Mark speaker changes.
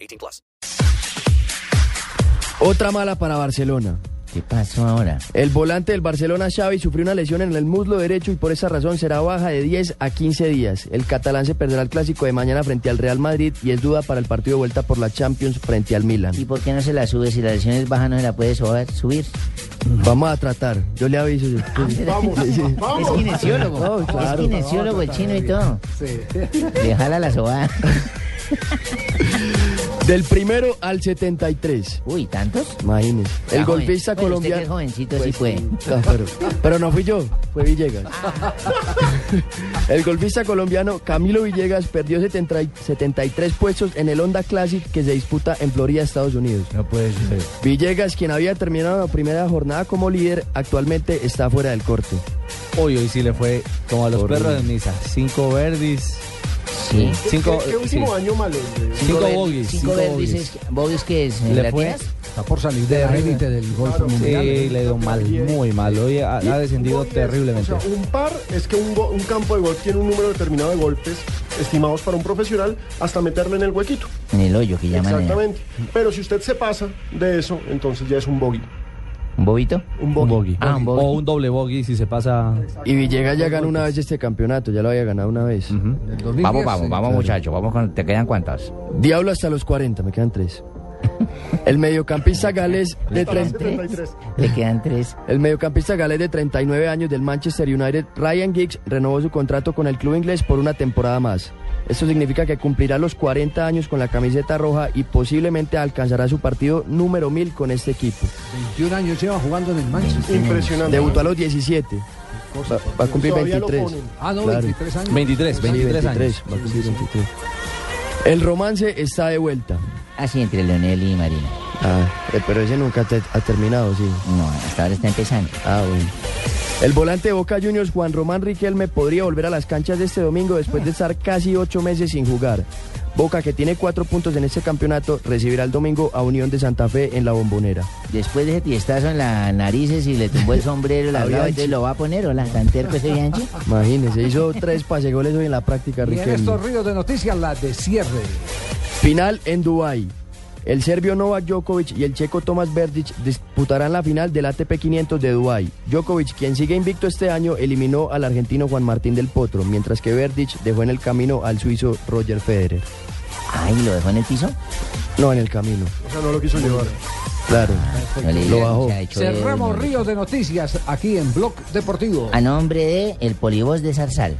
Speaker 1: 18 plus.
Speaker 2: Otra mala para Barcelona.
Speaker 3: ¿Qué pasó ahora?
Speaker 2: El volante del Barcelona Xavi sufrió una lesión en el muslo derecho y por esa razón será baja de 10 a 15 días. El catalán se perderá el clásico de mañana frente al Real Madrid y es duda para el partido de vuelta por la Champions frente al Milan.
Speaker 3: ¿Y por qué no se la sube? Si la lesión es baja, no se la puede sobar- subir.
Speaker 2: Vamos a tratar, yo le aviso.
Speaker 3: Vamos, Es kinesiólogo.
Speaker 2: No, claro.
Speaker 3: es kinesiólogo el chino y todo. Le jala la sobada.
Speaker 2: Del primero al 73.
Speaker 3: Uy, ¿tantos?
Speaker 2: Imagínese. El
Speaker 3: Ah, joven.
Speaker 2: golpista
Speaker 3: Bueno, usted que
Speaker 2: colombiano.
Speaker 3: es jovencito, sí
Speaker 2: Pues
Speaker 3: fue.
Speaker 2: Ah, pero, pero no fui yo, fue Villegas. El golfista colombiano Camilo Villegas perdió 70 y- 73 puestos en el Honda Classic que se disputa en Florida, Estados Unidos.
Speaker 4: No puede ser.
Speaker 2: Villegas, quien había terminado la primera jornada como líder, actualmente está fuera del corte.
Speaker 4: Hoy, hoy sí le fue como a los
Speaker 2: Horrible.
Speaker 4: perros de misa. Cinco verdis.
Speaker 3: Sí.
Speaker 4: Cinco,
Speaker 5: ¿Qué último
Speaker 4: sí,
Speaker 5: año malo? güey?
Speaker 4: cinco
Speaker 3: ver-
Speaker 4: bogies.
Speaker 3: Cinco verdes.
Speaker 4: bogies.
Speaker 3: es- ¿Bogies que es? eh,
Speaker 4: Le fue.
Speaker 3: ¿Latinas?
Speaker 6: Está por salir de la élite del golf mundial.
Speaker 4: Sí, le dio mal, muy mal. Hoy ha, ha descendido
Speaker 5: Un gol es-
Speaker 4: terriblemente.
Speaker 5: o sea, un par es que un, go- un campo de golf tiene un número determinado de golpes estimados para un profesional hasta meterle en el huequito.
Speaker 3: En el hoyo que llaman. eh,
Speaker 5: Exactamente. Pero si usted se pasa de eso, entonces ya es un bogey.
Speaker 3: ¿Un bobito?
Speaker 5: Un
Speaker 4: Un
Speaker 5: bogey.
Speaker 4: bogey.
Speaker 3: Ah, un bogey.
Speaker 4: O un doble bogey si se pasa.
Speaker 2: Y Villegas ya ganó una vez este campeonato, ya lo había ganado una vez.
Speaker 6: del 2010,
Speaker 3: Vamos, vamos,
Speaker 6: sí.
Speaker 3: vamos, muchachos. Vamos con... ¿Te quedan cuántas?
Speaker 2: Diablo hasta los 40, me quedan tres. El mediocampista galés de
Speaker 5: Hasta los
Speaker 2: 30.
Speaker 5: 73.
Speaker 3: Le quedan tres.
Speaker 2: El mediocampista galés de 39 años del Manchester United, Ryan Giggs, renovó su contrato con el club inglés por una temporada más. Esto significa que cumplirá los 40 años con la camiseta roja y posiblemente alcanzará su partido número 1000 con este equipo.
Speaker 6: 21 años lleva jugando en el Manchester.
Speaker 5: Impresionante.
Speaker 2: Debutó a los 17, va, va a cumplir
Speaker 5: Todavía lo
Speaker 2: 23.
Speaker 5: ponen.
Speaker 6: Ah, no,
Speaker 2: Claro.
Speaker 6: 23 años.
Speaker 4: 23,
Speaker 2: Sí,
Speaker 4: 23 años.
Speaker 2: 23, va a cumplir 23. El romance está de vuelta.
Speaker 3: Así entre Leonel y Marina.
Speaker 2: Ah, eh, pero ese nunca te- ha terminado, sí.
Speaker 3: No, hasta ahora está empezando.
Speaker 2: Ah, bueno. El volante de Boca Juniors, Juan Román Riquelme, podría volver a las canchas de este domingo después de estar casi ocho meses sin jugar. Boca, que tiene cuatro puntos en este campeonato, recibirá el domingo a Unión de Santa Fe en la bombonera.
Speaker 3: Después de ese tiestazo en las narices y le tumbó el sombrero, la
Speaker 2: A
Speaker 3: brava,
Speaker 2: Bianchi.
Speaker 3: entonces lo va a poner, o la canterco ese Bianchi.
Speaker 2: Imagínese, hizo tres pases goles hoy en la
Speaker 6: Y
Speaker 2: práctica
Speaker 6: en
Speaker 2: Riquelme.
Speaker 6: estos ríos de noticias, la de cierre.
Speaker 2: Final en Dubái. El serbio Novak Djokovic y el checo Tomas Verdic disputarán la final del ATP 500 de Dubái. Djokovic, quien sigue invicto este año, eliminó al argentino Juan Martín del Potro, mientras que Verdic dejó en el camino al suizo Roger Federer.
Speaker 3: Ay, lo dejó en el piso.
Speaker 2: No, en el camino.
Speaker 5: O sea, no lo quiso llevar.
Speaker 2: Claro.
Speaker 3: No le
Speaker 2: Lo
Speaker 3: digan,
Speaker 2: bajó.
Speaker 3: se ha hecho
Speaker 6: Cerramos
Speaker 3: el-
Speaker 6: ríos de noticias aquí en Blog Deportivo.
Speaker 3: A nombre de el polivoz de Zarzal.